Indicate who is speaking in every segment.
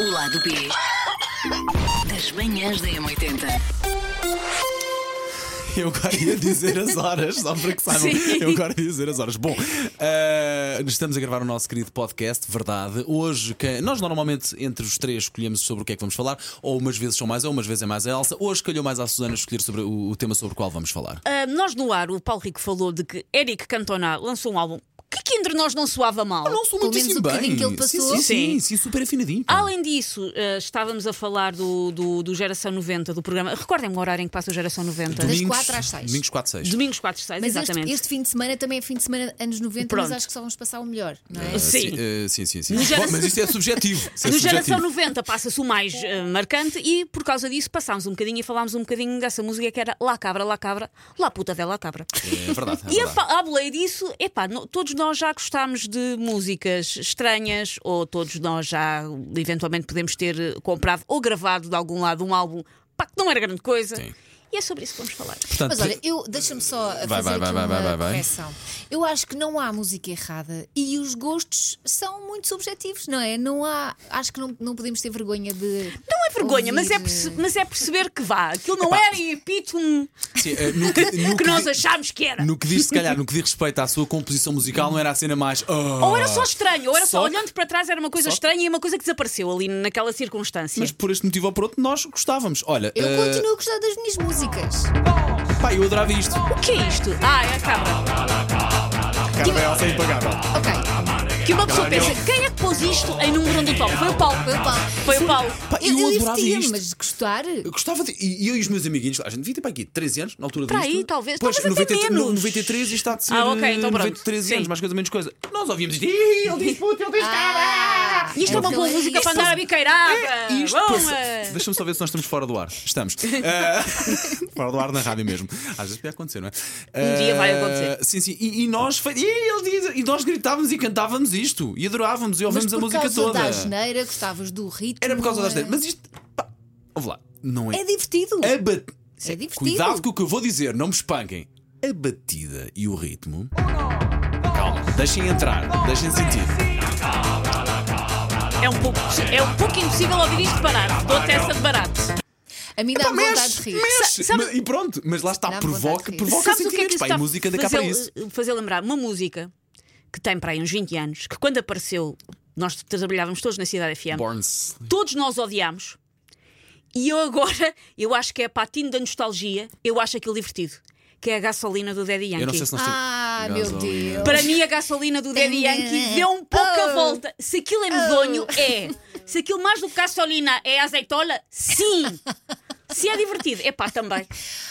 Speaker 1: O lado B das manhãs da M80.
Speaker 2: Eu agora ia dizer as horas, só para que saibam.
Speaker 3: Sim.
Speaker 2: Eu agora ia dizer as horas. Bom, eh, estamos a gravar o nosso querido podcast, verdade. Hoje, quem- nós normalmente entre os três escolhemos sobre o que é que vamos falar, ou umas vezes são mais eu, umas vezes é mais a Elsa. Hoje calhou mais à Susana escolher sobre o, o tema sobre o qual vamos falar.
Speaker 3: Ah, nós no ar, o Paulo Rico falou de que Eric Cantona lançou um álbum que, que entre nós não soava mal.
Speaker 2: Não sou
Speaker 4: pelo menos
Speaker 2: muitíssimo
Speaker 4: o bocadinho
Speaker 2: bem.
Speaker 4: que ele
Speaker 2: Sim,
Speaker 4: passou.
Speaker 2: sim, sim,
Speaker 3: Sim.
Speaker 2: sim, super afinadinho. pá.
Speaker 3: Além disso, ah, estávamos a falar do, do, do Geração 90, do programa. Recordem-me o horário em que passa o Geração 90.
Speaker 4: Das quatro às seis.
Speaker 2: Domingos 4 às 6.
Speaker 3: Domingos 4 e 6,
Speaker 4: Mas este,
Speaker 3: exatamente.
Speaker 4: este fim de semana também é fim de semana anos 90, mas
Speaker 3: Pronto.
Speaker 4: acho que só vamos passar o melhor, não é?
Speaker 3: Ah, Sim.
Speaker 2: sim, sim, sim.
Speaker 3: No
Speaker 2: Bom,
Speaker 3: geração-
Speaker 2: mas isso é subjetivo. Isso é
Speaker 3: No
Speaker 2: subjetivo.
Speaker 3: Geração 90 passa-se o mais ah, marcante e por causa disso passámos um bocadinho e falámos um bocadinho dessa música que era Lá Cabra, Lá Cabra, Lá Puta Vela Cabra.
Speaker 2: É verdade. É
Speaker 3: E a
Speaker 2: verdade.
Speaker 3: fa- além disso, epá, no- todos nós já gostámos de músicas estranhas, ou todos nós já eventualmente podemos ter eh, comprado ou gravado de algum lado um álbum pá, que não era grande coisa.
Speaker 2: Sim.
Speaker 3: E é sobre isso que vamos falar.
Speaker 2: Portanto,
Speaker 4: Mas olha, eu deixa-me só eh, fazer
Speaker 2: vai, vai,
Speaker 4: aqui
Speaker 2: vai,
Speaker 4: uma
Speaker 2: vai, vai, vai.
Speaker 4: correção. Eu acho que não há música errada e os gostos são muito subjetivos, não é? Não há, acho que não, não podemos ter vergonha de
Speaker 3: Não é vergonha, mas é,
Speaker 4: ouvir,
Speaker 3: perce-
Speaker 4: eh,
Speaker 3: mas é perceber que vá. Aquilo não era em epítome
Speaker 2: sim, eh, no que- no
Speaker 3: que
Speaker 2: que
Speaker 3: nós
Speaker 2: di-
Speaker 3: achámos que era.
Speaker 2: No que diz, se calhar, no que diz respeito à sua composição musical, não era a cena mais. "Ah".
Speaker 3: Ou era só estranho, ou era só,
Speaker 2: Só-
Speaker 3: olhando para trás era uma coisa
Speaker 2: só-
Speaker 3: estranha e uma coisa que desapareceu ali naquela circunstância.
Speaker 2: Mas por este motivo ou por outro, nós gostávamos. Olha,
Speaker 4: Eu
Speaker 2: eh,
Speaker 4: continuo a gostar das minhas músicas.
Speaker 2: pá, eu adorava isto.
Speaker 3: O que é isto? Ah, é a cabra.
Speaker 2: Cara, Elsa é impagável.
Speaker 4: Ok,
Speaker 3: Que uma pessoa pensa, quem é que pôs isto em número 1 do top? Foi o Paulo.
Speaker 4: foi um o Paulo.
Speaker 3: Foi o Paulo.
Speaker 2: Pá, eu, adorava
Speaker 4: divertia-me,
Speaker 2: isto.
Speaker 4: mas gostar.
Speaker 2: Eu gostava de. E e eu e os meus amiguinhos, a gente devia ter para aqui 13 anos, na altura
Speaker 3: Para
Speaker 2: disto.
Speaker 3: aí, talvez.
Speaker 2: Pois,
Speaker 3: Talvez até
Speaker 2: 93,
Speaker 3: menos.
Speaker 2: no- 93 e está a ser
Speaker 3: Ah, ok,
Speaker 2: eh,
Speaker 3: então pronto.
Speaker 2: 93 anos,
Speaker 3: Sim.
Speaker 2: mais coisa, menos coisa. Nós ouvíamos isto. "Ih, Ele diz puto, ele diz cara.
Speaker 4: Ah,
Speaker 3: Isto é uma
Speaker 4: então
Speaker 3: boa música
Speaker 4: isso.
Speaker 3: para andar a biqueirada.
Speaker 2: Isto
Speaker 3: Vamos.
Speaker 2: passa- Deixa-me só ver se nós estamos fora do ar. Estamos. Ah, fora do ar na rádio mesmo. Às vezes vai acontecer, não é?
Speaker 3: Um dia vai
Speaker 2: Ah,
Speaker 3: acontecer.
Speaker 2: Sim, sim. E, e nós fe- e, eles dizem- e nós gritávamos e cantávamos isto. E adorávamos e
Speaker 4: Mas
Speaker 2: ouvimos
Speaker 4: por
Speaker 2: a música
Speaker 4: causa
Speaker 2: toda.
Speaker 4: da asneira, gostavas do ritmo.
Speaker 2: Era por causa das
Speaker 4: eh,
Speaker 2: neiras. Mas isto. Pá, ouve lá. Não é.
Speaker 4: É divertido.
Speaker 2: a bat-
Speaker 4: é divertido.
Speaker 2: Cuidado com o que eu vou dizer, não me espanquem. A batida e o ritmo. Calma, deixem entrar, deixem sentir.
Speaker 3: É um pouco, é um pouco impossível ouvir isto de barato. Dou-te essa de barato.
Speaker 4: A mim dá vontade de rir.
Speaker 2: mexe.
Speaker 3: Sa- sabe-
Speaker 2: Mas- E pronto, mas lá está,
Speaker 4: Dá vontade de
Speaker 2: provoca,
Speaker 4: rir.
Speaker 2: provoca
Speaker 3: Sabes o que é que
Speaker 2: sentimentos.
Speaker 3: isso
Speaker 2: Pá,
Speaker 3: está
Speaker 2: e música dá cá para isso.
Speaker 3: fazer, eh, fazer lembrar? Uma música que tem para aí uns 20 anos, que quando apareceu, nós trabalhávamos todos na Cidade FM,
Speaker 2: Borns.
Speaker 3: todos nós odiámos. E eu agora, eu acho que é patinho da nostalgia, eu acho aquilo divertido. Que é a gasolina do Daddy Yankee.
Speaker 2: Eu não sei se nós temos.
Speaker 4: Ah, meu
Speaker 2: Gasolina.
Speaker 4: Deus.
Speaker 3: Para mim, a gasolina do Daddy Yankee deu um pouco a
Speaker 4: Oh.
Speaker 3: volta. Se aquilo é medonho, é. Se aquilo mais do que gasolina é azeitona, sim. Se é divertido, é pá, também.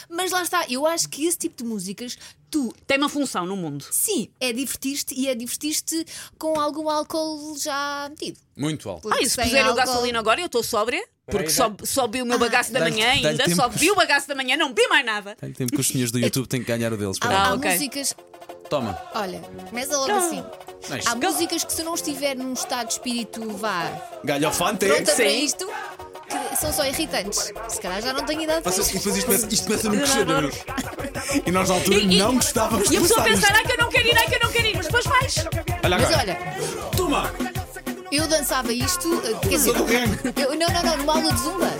Speaker 4: Mas lá está, eu acho que esse tipo de músicas, tu,
Speaker 3: Tem uma função no mundo.
Speaker 4: sim, é divertiste e é divertiste com algum álcool já metido.
Speaker 2: Muito alto.
Speaker 3: Ah, e se
Speaker 4: Sem
Speaker 3: puser o
Speaker 4: álcool.
Speaker 3: gasolina agora, eu estou sóbria. Porque
Speaker 2: dá-
Speaker 3: só, só vi o meu bagaço da
Speaker 2: dá-lhe-
Speaker 3: manhã
Speaker 2: dá-lhe
Speaker 3: ainda,
Speaker 2: tempo.
Speaker 3: só vi o bagaço da manhã, não vi mais nada.
Speaker 2: Tenho tempo que os senhores do YouTube têm que ganhar o deles. Espera
Speaker 4: Há,
Speaker 2: lá.
Speaker 3: Ah,
Speaker 4: há
Speaker 3: ok.
Speaker 4: músicas,
Speaker 2: Toma.
Speaker 4: olha, começa logo assim.
Speaker 2: Não, isto-
Speaker 4: Há músicas que se eu não estiver num estado de espírito vá
Speaker 2: É, Galhofante.
Speaker 4: pronta
Speaker 3: Sim.
Speaker 4: para isto, que são só irritantes. Se calhar já não tenho idade para
Speaker 2: Vocês- E
Speaker 4: isto.
Speaker 2: depois isto começa, isto começa a me crescer. não é? E nós na altura
Speaker 3: E- e-
Speaker 2: não gostávamos
Speaker 3: E
Speaker 2: de
Speaker 3: a pessoa
Speaker 2: começar
Speaker 3: pensar,
Speaker 2: isto.
Speaker 3: ah, que eu não quero ir, ah, que eu não quero ir, mas depois vais.
Speaker 2: Olha
Speaker 4: Mas
Speaker 2: agora.
Speaker 4: olha,
Speaker 2: Toma!
Speaker 4: eu dançava isto, eh, quer dizer,
Speaker 2: do rango.
Speaker 4: eu, não, não, não, numa aula de zumba.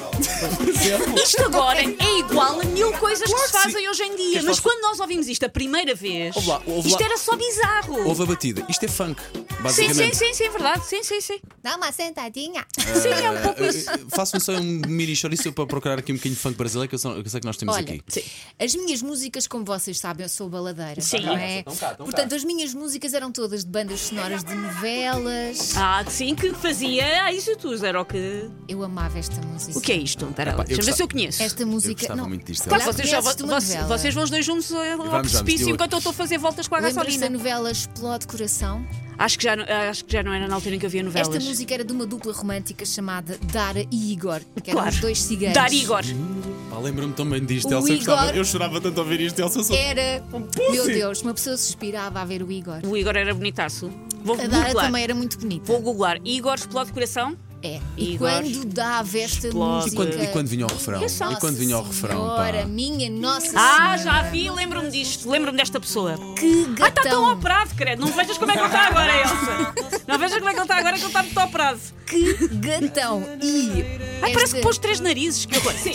Speaker 2: Por exemplo.
Speaker 3: Isto agora é igual a mil coisas que se
Speaker 2: Claro que
Speaker 3: fazem
Speaker 2: sim.
Speaker 3: hoje em dia.
Speaker 2: Queres
Speaker 3: Mas
Speaker 2: falar-
Speaker 3: quando nós ouvimos isto a primeira vez,
Speaker 2: Ouve lá, ouve
Speaker 3: isto
Speaker 2: lá.
Speaker 3: era só bizarro.
Speaker 2: Houve a batida. Isto é funk,
Speaker 3: Sim,
Speaker 2: basicamente.
Speaker 3: sim, sim, sim, é verdade. Sim, sim, sim.
Speaker 4: Dá uma sentadinha.
Speaker 3: Sim, é um pouco isso.
Speaker 2: Eh, Façam só um mini chouriço para procurar aqui um bocadinho de funk brasileiro que eu, só- que eu sei que nós temos
Speaker 4: Olha,
Speaker 2: aqui.
Speaker 3: Sim.
Speaker 4: as minhas músicas, como vocês sabem, eu sou baladeira.
Speaker 3: Sim.
Speaker 4: Não é?
Speaker 2: Estão cá, estão cá.
Speaker 4: Portanto, as minhas músicas eram todas de bandas sonoras de novelas.
Speaker 3: Ah, sim, que fazia ah, isso tudo. Era o que.
Speaker 4: Eu amava esta música.
Speaker 3: O que é isto? Espera lá,
Speaker 2: Epá, eu
Speaker 3: deixa eu ver
Speaker 2: gostava-
Speaker 3: se eu conheço.
Speaker 4: Esta é música.
Speaker 2: gostava muito disto,
Speaker 4: Calhar
Speaker 3: Pá, vocês, já,
Speaker 4: conheces de uma
Speaker 3: vocês,
Speaker 4: novela.
Speaker 3: vocês vão os dois juntos eh, ao
Speaker 2: vamos,
Speaker 3: precipício
Speaker 2: eu-
Speaker 3: enquanto eu estou a fazer voltas com a
Speaker 4: Lembras-te da
Speaker 3: gasolina.
Speaker 4: novela Explode Coração?
Speaker 3: Acho que, já, não- acho que já não era na altura em que havia novelas.
Speaker 4: Esta música era de uma dupla romântica chamada Dara e Igor, que eram
Speaker 3: claro.
Speaker 4: os dois ciganos.
Speaker 3: Dar Igor.
Speaker 2: Pá, lembro-me também disto,
Speaker 4: O
Speaker 2: Elsa. eu gostava-
Speaker 4: Igor- é-
Speaker 2: Eu chorava tanto a ouvir isto, Elsa. eu sou-
Speaker 4: Era.
Speaker 2: Um
Speaker 4: Meu Deus, uma pessoa suspirava a ver o Igor.
Speaker 3: O Igor era bonitaço. Vou
Speaker 4: A Dara
Speaker 3: googlar.
Speaker 4: também é- era muito bonita.
Speaker 3: Vou googlar. Igor explode coração.
Speaker 4: É. E,
Speaker 3: E
Speaker 4: quando
Speaker 3: gosto.
Speaker 4: dava esta
Speaker 3: Explode.
Speaker 2: E
Speaker 4: música.
Speaker 2: quando, e quando vinha ao refrão?
Speaker 4: Nossa
Speaker 2: E quando vinha ao refrão? pá?
Speaker 4: Senhora, minha nossa
Speaker 3: Ah,
Speaker 4: senhora.
Speaker 3: já vi, lembro-me disto, lembro-me desta pessoa.
Speaker 4: Que
Speaker 3: Ah, está tão
Speaker 4: gatão.
Speaker 3: operado, credo. Não vejas como é que ele está agora, Elsa. Não vejas como é que ele está agora, que ele está muito operado.
Speaker 4: que gatão. E.
Speaker 3: Ai, parece
Speaker 4: esta-
Speaker 3: que pôs três narizes. Que horror. Sim.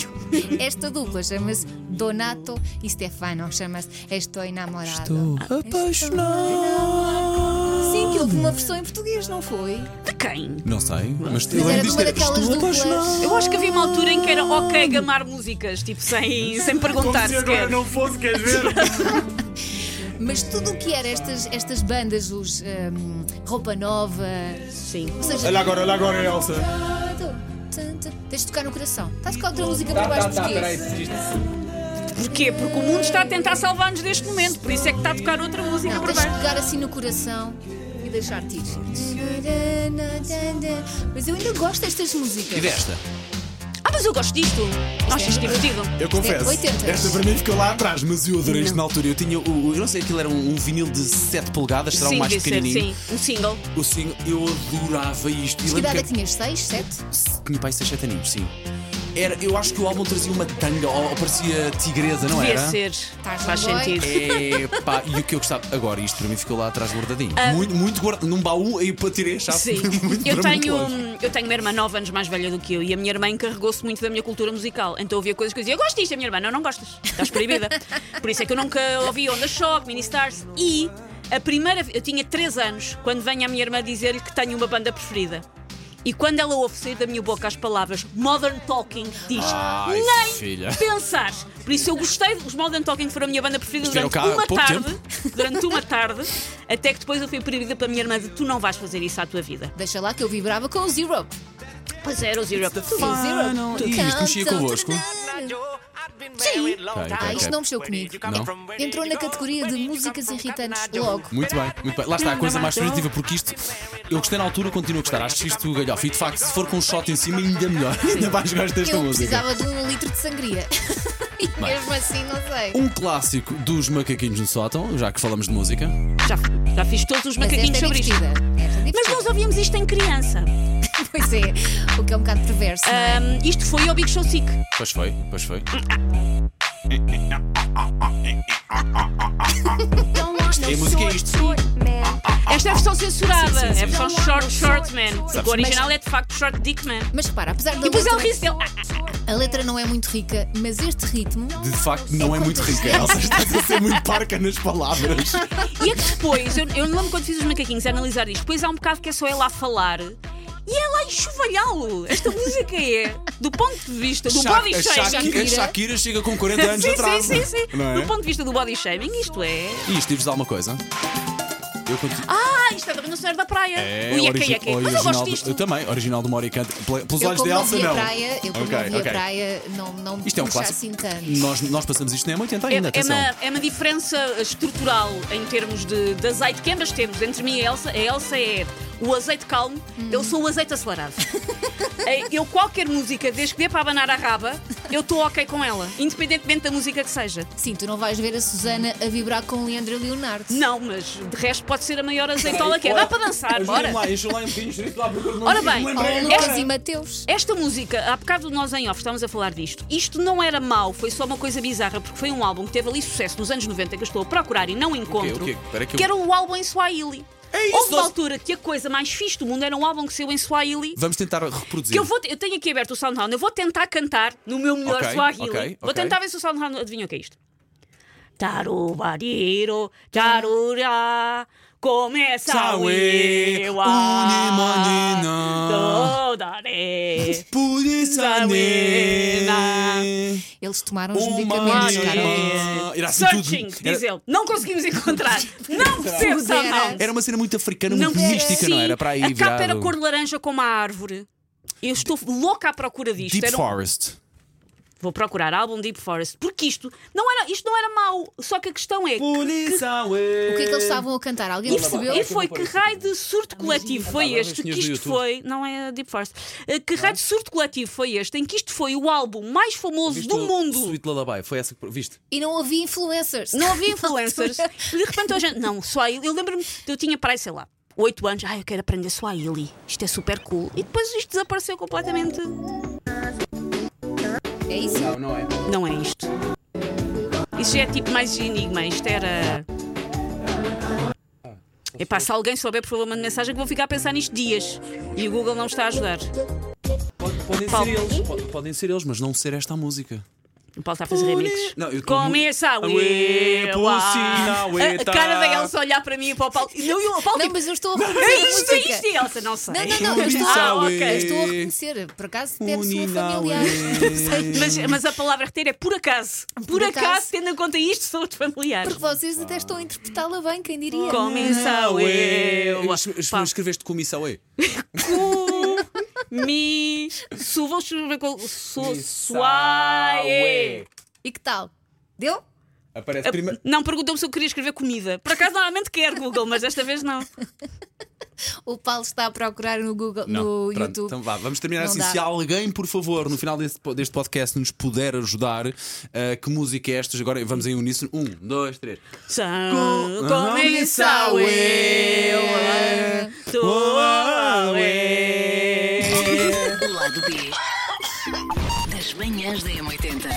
Speaker 4: Esta dupla chama-se Donato e Stefano, chama-se Estou Enamorado.
Speaker 2: apaixonado.
Speaker 4: Ah, é Sim, que houve uma versão em português, não foi?
Speaker 3: De quem?
Speaker 2: Não sei, mas
Speaker 4: Mas
Speaker 2: eu lembro
Speaker 4: era de
Speaker 2: disto
Speaker 4: uma
Speaker 2: era,
Speaker 4: daquelas
Speaker 2: Estou
Speaker 4: duplas.
Speaker 2: apaixonado.
Speaker 3: Eu acho que havia uma altura em que era ok gamar músicas, tipo, sem, sem perguntar sequer.
Speaker 2: fosse, queres ver?
Speaker 4: Mas tudo o que era estas, estas bandas, os hum, Roupa Nova,
Speaker 3: Sim.
Speaker 4: ou seja,
Speaker 2: olha agora, olha agora, Elsa.
Speaker 4: tens de tocar no coração. Estás com outra música
Speaker 2: Tá,
Speaker 4: por baixo português.
Speaker 3: Porquê? Porque o mundo está a tentar salvar-nos deste momento, por isso é que está a tocar outra música
Speaker 4: Não,
Speaker 3: por
Speaker 4: tens de
Speaker 3: baixo.
Speaker 4: pegar assim no coração e deixar-te ir. Mas eu ainda gosto destas
Speaker 2: E
Speaker 4: músicas.
Speaker 2: desta?
Speaker 3: Ah, mas eu gosto disto. Acho isto divertido.
Speaker 2: Eu confesso,
Speaker 4: 80.
Speaker 2: esta para mim ficou lá atrás, mas eu adorei isto na altura. Eu tinha, o, o- eu não sei, aquilo era um, um vinil de 7 polegadas, será um
Speaker 3: Sim,
Speaker 2: mais
Speaker 3: devia ser,
Speaker 2: pequenininho.
Speaker 3: sim. Um single.
Speaker 2: O single, eu adorava isto. E
Speaker 4: Que idade
Speaker 2: lembro
Speaker 4: é que tinhas? 6, 7?
Speaker 2: que tinha pai 6, 7 aninhos, sim. Era, eu acho que o álbum trazia uma tanga, ou, ou parecia tigresa, não
Speaker 3: Devia
Speaker 2: era?
Speaker 3: ser.
Speaker 4: Estás
Speaker 3: Faz
Speaker 4: no boy.
Speaker 3: sentido.
Speaker 2: Epá, e o que eu gostava. Agora, isto para mim ficou lá atrás guardadinho. Muito, muito guardado. Num baú e para tirei a chave.
Speaker 3: Sim,
Speaker 2: muito,
Speaker 3: eu
Speaker 2: para muito
Speaker 3: tenho,
Speaker 2: longe.
Speaker 3: eu tenho uma irmã 9 anos mais velha do que eu e a minha irmã encarregou-se muito da minha cultura musical. Então eu ouvia coisas que eu dizia: Eu gosto disto, a minha irmã, não, não gostas, estás proibida. Por isso é que eu nunca ouvi Onda Shock, Mini Stars e a primeira. Eu tinha 3 anos quando venho a minha irmã dizer-lhe que tenho uma banda preferida. E quando ela ouve sair da minha boca as palavras Modern Talking, diz:
Speaker 2: Ai,
Speaker 3: Nem
Speaker 2: Ah, filha."
Speaker 3: pensar. Por isso eu gostei, os Modern Talking foram a minha banda preferida
Speaker 2: Estiveram
Speaker 3: durante
Speaker 2: cá há
Speaker 3: uma
Speaker 2: pouco
Speaker 3: tarde. Durante uma tarde, até que depois eu fui proibida pela minha irmã de tu não vais fazer isso à tua vida.
Speaker 4: Deixa lá que eu vibrava com o Zero.
Speaker 3: Pois
Speaker 4: é,
Speaker 3: era, os Europe.
Speaker 2: Ah, não. Ih, isto mexia convosco.
Speaker 4: Sim.
Speaker 2: Ah,
Speaker 4: Ah, isto não mexeu comigo.
Speaker 2: Não?
Speaker 4: Entrou na categoria de músicas irritantes logo.
Speaker 2: Muito bem, muito bem. Lá está a coisa mais subjetiva, porque isto. Eu gostei na altura, continuo a gostar. Acho que isto galhofa. E de facto, se for com um shot em cima, ainda melhor. Ainda mais gosto desta
Speaker 4: Eu
Speaker 2: música.
Speaker 4: precisava de um litro de sangria. E mesmo assim, não sei.
Speaker 2: Um clássico dos macaquinhos no sótão, já que falamos de música.
Speaker 3: Já, já fiz todos os
Speaker 4: Mas
Speaker 3: macaquinhos
Speaker 4: esta é
Speaker 3: sobre isto.
Speaker 4: divertida. Esta é
Speaker 3: Mas
Speaker 4: divertida.
Speaker 3: nós ouvíamos isto em criança.
Speaker 4: Pois é, o que é um bocado perverso. não é?
Speaker 3: Ahm, isto foi ao Big Show Sick.
Speaker 2: Pois foi, pois foi.
Speaker 5: E a música é isto.
Speaker 3: Esta é a versão censurada.
Speaker 4: Sim, sim, sim.
Speaker 3: É a versão short, short man. Porque o original é de facto short dick man.
Speaker 4: Mas repara, apesar da
Speaker 3: E depois ele
Speaker 4: letra,
Speaker 3: ri-se dele. Ah, ah,
Speaker 4: a letra não é muito rica, mas este ritmo.
Speaker 2: De facto, não é muito rica. Elsa está a ser muito parca nas palavras.
Speaker 3: ah. E é que depois, eu, eu não lembro quando fiz os macaquinhos a analisar isto, depois há um bocado que é só ela a falar. E é ela a enxovalhá-lo. Esta música é, do ponto de vista do
Speaker 2: Sha-
Speaker 3: body
Speaker 2: a
Speaker 3: shaming.
Speaker 2: Shakira, a Shakira chega com 40 anos
Speaker 3: sim, sim,
Speaker 2: atrás.
Speaker 3: sim, sim.
Speaker 2: Não é?
Speaker 3: Do ponto de vista do body shaming, isto é.
Speaker 2: E isto diz-vos alguma coisa? Eu continuo.
Speaker 3: Ah, isto é da Banda Sonora da Praia. é o Iaca
Speaker 2: É, origi-
Speaker 3: Iaca. Mas eu
Speaker 2: original
Speaker 3: gosto
Speaker 2: do-
Speaker 3: disto.
Speaker 2: eu também, original do Mori Cante. Pel- Pelos
Speaker 4: Eu
Speaker 2: olhos de
Speaker 4: como não
Speaker 2: Elsa,
Speaker 4: vi
Speaker 2: não.
Speaker 4: a praia, eu como não
Speaker 2: Ok,
Speaker 4: vi
Speaker 2: ok.
Speaker 4: a praia, não, não me
Speaker 2: Isto é um
Speaker 4: puxa
Speaker 2: clássico.
Speaker 4: assim tanto.
Speaker 2: Nós, nós passamos isto na M80
Speaker 3: É,
Speaker 2: ainda,
Speaker 3: é
Speaker 2: atenção.
Speaker 3: uma, é uma diferença estrutural em termos de, de azeite que ambas temos entre mim e a Elsa. A Elsa é o azeite calmo, eu sou o azeite acelerado. Eh, eu, qualquer música, desde que dê para abanar a raba, eu estou ok com ela, independentemente da música que seja.
Speaker 4: Sim, tu não vais ver a Susana a vibrar com o Leandro e Leonardo.
Speaker 3: Não, mas de resto pode ser a maior azeitola que é. Dá para dançar, bora.
Speaker 2: enche lá um bocadinho direito lá porque eu não
Speaker 3: Ora bem, é
Speaker 2: me
Speaker 4: Ou
Speaker 2: lembrei
Speaker 4: o
Speaker 2: agora.
Speaker 4: Lucas e Mateus.
Speaker 3: Esta música, há bocado nós em off estávamos a falar disto. Isto não era mau, foi só uma coisa bizarra, porque foi um álbum que teve ali sucesso nos anos 90 que eu estou a procurar e não encontro.
Speaker 2: o quê? Espera que eu- É
Speaker 3: que era o álbum em Swahili.
Speaker 2: isso,
Speaker 3: Houve uma
Speaker 2: nós-
Speaker 3: altura que a coisa mais fixe do mundo era um álbum que saiu em Swahili.
Speaker 2: Vamos tentar reproduzir.
Speaker 3: Que eu, vou, eu tenho aqui aberto o SoundHound, eu vou tentar cantar no meu melhor
Speaker 2: Ok,
Speaker 3: Swahili.
Speaker 2: ok,
Speaker 3: Vou
Speaker 2: ok.
Speaker 3: tentar ver se o SoundHound adivinha o que é isto. Tarubariro, tarurá, começa o
Speaker 2: Sawe,
Speaker 3: eu
Speaker 2: unimanina.
Speaker 3: Todaré.
Speaker 2: Pulisane.
Speaker 4: Eles tomaram os
Speaker 2: Uma
Speaker 4: medicamentos, cara. ouvinte.
Speaker 2: irmã. Era assim tudo.
Speaker 3: é Searching, diz
Speaker 2: Era-
Speaker 3: ele. Não conseguimos encontrar. Não percebo, SoundHound.
Speaker 2: Era uma cena muito africana,
Speaker 3: Não
Speaker 2: muito
Speaker 3: percebo.
Speaker 2: mística, não
Speaker 3: Sim,
Speaker 2: era? Para aí
Speaker 3: A capa era
Speaker 2: virado.
Speaker 3: cor de laranja como a árvore. Eu estou louca à procura disto.
Speaker 2: Deep
Speaker 3: Era um-
Speaker 2: Forest.
Speaker 3: Vou procurar álbum Deep Forest. Porque isto não era, isto não era mau. Só que a questão é. que-
Speaker 2: Punição,
Speaker 4: O que é que eles estavam a cantar? Alguém percebeu?
Speaker 2: é
Speaker 3: E foi que raio de surto coletivo foi
Speaker 2: Agora os
Speaker 3: este? Que
Speaker 2: tá senhores do
Speaker 3: isto
Speaker 2: YouTube. é?
Speaker 3: foi. Não é Deep Forest. Eh, Que raio de surto coletivo foi este? Em que isto foi o álbum mais famoso do mundo.
Speaker 2: Sweet Lullaby, foi essa que viste?
Speaker 4: E não havia influencers.
Speaker 3: Não havia influencers. E de repente hoje. Não, só eu, eu lembro-me, eu tinha para aí, sei lá, 8 anos, ai, eu quero aprender Swahili, isto é super cool. E depois isto desapareceu completamente.
Speaker 4: É isso?
Speaker 2: Não, não é.
Speaker 3: Não é isto. Isto já é tipo mais de enigma, isto era. Epá, se alguém souber, por favor, mande mensagem que vou ficar a pensar nisto dias. E o Google não está a ajudar.
Speaker 2: Podem
Speaker 3: Paulo.
Speaker 2: ser eles, po- podem ser eles, mas não ser esta a música.
Speaker 3: O Paulo está a fazer remixes.
Speaker 2: é? Não, eu tô
Speaker 3: Começa a
Speaker 2: muito- Ué, Pulsina, ué,
Speaker 3: A
Speaker 2: tá.
Speaker 3: cara da Elsa olhar para mim e para o Paulo. Não, eu, o Paulo
Speaker 4: Não,
Speaker 3: tipo,
Speaker 4: mas eu estou a
Speaker 3: é
Speaker 4: reconhecer. a
Speaker 3: isto, é
Speaker 4: música.
Speaker 3: isto. E a Elsa, não sei.
Speaker 4: Não, não, não, eu estou,
Speaker 3: Ah, ok.
Speaker 4: eu estou a reconhecer. Por acaso deve ser
Speaker 2: Uninaue.
Speaker 4: familiar. Sei.
Speaker 3: Mas, mas a palavra reter é por acaso. Por,
Speaker 4: Por
Speaker 3: acaso,
Speaker 4: acaso.
Speaker 3: tendo em conta isto, sou outro familiar.
Speaker 4: Porque vocês até estão a interpretá-la bem, quem diria?
Speaker 3: Começa a eu.
Speaker 2: Es- es- Escreveste com Missa Ué.
Speaker 3: Mi. Su, vou escrever com. Su, suae.
Speaker 2: Suae.
Speaker 4: E que tal? Deu?
Speaker 2: Aparece primeiro.
Speaker 3: Não, perguntou-me se eu queria escrever comida. Por acaso, normalmente quer Google, mas desta vez não.
Speaker 4: O Paulo está a procurar no Google, no
Speaker 2: pronto,
Speaker 4: YouTube.
Speaker 2: Então vá, vamos terminar
Speaker 4: Não
Speaker 2: assim.
Speaker 4: dá.
Speaker 2: Se alguém, por favor, no final deste, po- deste podcast nos puder ajudar, eh, que música é esta? Agora vamos em uníssono. Um, dois, três.
Speaker 3: São- Começa o eu. Tua eu.
Speaker 1: O lado B das manhãs da M80.